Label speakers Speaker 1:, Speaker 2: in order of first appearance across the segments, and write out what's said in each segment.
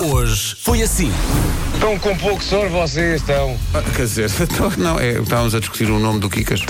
Speaker 1: Hoje foi assim.
Speaker 2: Estão com pouco sono vocês, estão.
Speaker 3: Ah, Quer dizer, então, não, é, estávamos a discutir o nome do Kikas.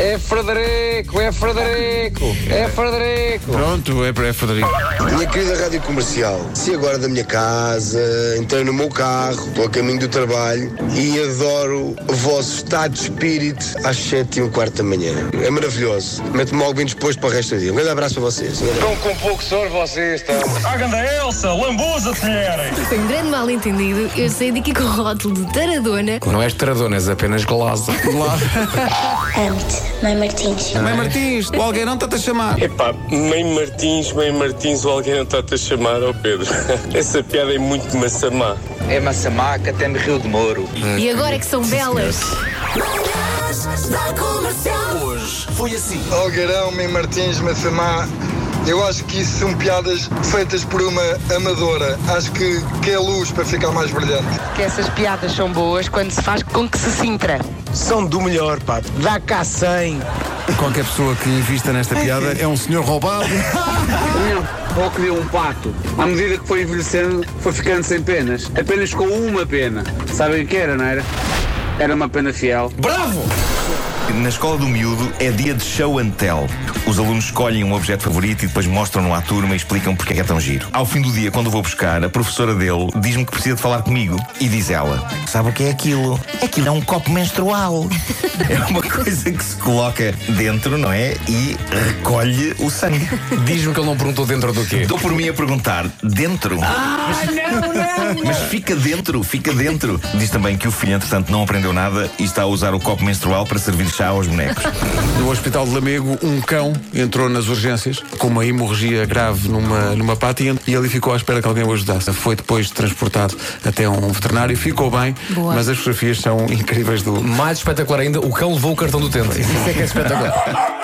Speaker 2: É Frederico, é Frederico, é Frederico.
Speaker 3: Pronto, é para é Frederico.
Speaker 4: Minha querida Rádio Comercial, se agora da minha casa, entrei no meu carro, estou a caminho do trabalho e adoro o vosso estado de espírito às 7 e um quarto da manhã. É maravilhoso. Mete-me logo bem disposto para o resto do dia. Um grande abraço para vocês. Um grande
Speaker 2: Estão com pouco sono vocês, estão.
Speaker 5: A ganda Elsa, lambuza-te, mulher!
Speaker 6: Foi um grande mal entendido. Eu saí daqui com o rótulo de taradona.
Speaker 7: Não és taradona, és apenas glosa.
Speaker 8: Amo-te, mãe Martins.
Speaker 3: Mãe Martins, o alguém não está-te a chamar.
Speaker 9: Epá, mãe Martins, mãe Martins, ou alguém não está-te a chamar, ó Pedro. Essa piada é muito maçamá.
Speaker 10: É Massamaca, até me Rio de Moro.
Speaker 6: E agora é que são belas.
Speaker 8: Manhãs da comercial.
Speaker 1: Hoje foi assim.
Speaker 2: Algarão, Mim Martins, Massamá. Eu acho que isso são piadas feitas por uma amadora. Acho que, que é luz para ficar mais brilhante.
Speaker 11: que essas piadas são boas quando se faz com que se sintra.
Speaker 9: São do melhor, pá. Dá cá 100.
Speaker 3: Qualquer pessoa que invista nesta piada é um senhor roubado.
Speaker 10: Ou que deu um pato. À medida que foi envelhecendo, foi ficando sem penas. Apenas com uma pena. Sabem o que era, não era? Era uma pena fiel.
Speaker 12: Na escola do miúdo é dia de show and tell. Os alunos escolhem um objeto favorito e depois mostram-no à turma e explicam porque é que é tão giro. Ao fim do dia, quando eu vou buscar, a professora dele diz-me que precisa de falar comigo. E diz ela: Sabe o que é aquilo? Aquilo é um copo menstrual. é uma coisa que se coloca dentro, não é? E recolhe o sangue.
Speaker 7: Diz-me que ele não perguntou dentro do quê.
Speaker 12: Dou por mim a perguntar: dentro?
Speaker 11: Ah, não,
Speaker 12: Mas fica dentro, fica dentro. Diz também que o filho, entretanto, não aprendeu nada e está a usar o copo menstrual para servir chá aos bonecos.
Speaker 3: No Hospital de Lamego, um cão entrou nas urgências com uma hemorragia grave numa, numa pata e e ele ficou à espera que alguém o ajudasse. Foi depois transportado até um veterinário, ficou bem,
Speaker 6: Boa.
Speaker 3: mas as fotografias são incríveis do.
Speaker 7: Mais espetacular ainda, o cão levou o cartão do tente. Isso é que é espetacular.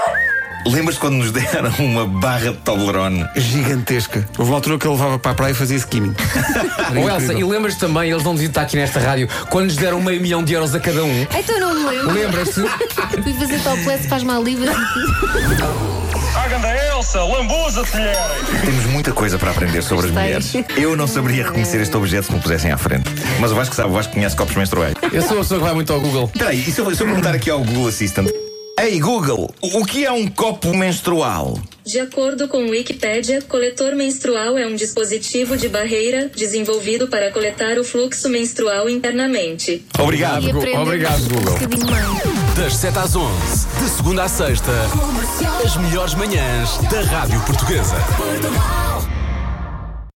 Speaker 12: Lembras quando nos deram uma barra de Toblerone?
Speaker 3: Gigantesca. Houve uma altura que ele levava para a praia e fazia skimming. Era
Speaker 2: é
Speaker 7: Ou Elsa, e
Speaker 2: assim?
Speaker 3: incrível.
Speaker 7: lembras também, eles não deviam estar aqui nesta rádio, quando lhes deram meio milhão de euros a cada um.
Speaker 6: Então não me lembro.
Speaker 7: Lembras-te?
Speaker 6: Fui fazer topless, faz mal livre.
Speaker 2: Ah,
Speaker 5: A ganda Elsa, lambuza-te, mulher!
Speaker 12: Temos muita coisa para aprender sobre as
Speaker 6: Gostei.
Speaker 12: mulheres. Eu não saberia reconhecer este objeto se me pusessem à frente. Mas o Vasco sabe, o Vasco conhece copos menstruais.
Speaker 7: Eu sou a pessoa que vai muito ao Google.
Speaker 12: Espera aí, e se eu, se eu perguntar aqui ao Google Assistant? Ei, Google, o que é um copo menstrual?
Speaker 8: De acordo com Wikipédia, coletor menstrual é um dispositivo de barreira desenvolvido para coletar o fluxo menstrual internamente.
Speaker 12: Obrigado.
Speaker 6: E aprendemos
Speaker 7: Obrigado, Google.
Speaker 6: Um bocadinho mais.
Speaker 1: Das 7 às 11, de segunda à sexta, as melhores manhãs da Rádio Portuguesa.
Speaker 8: Portugal.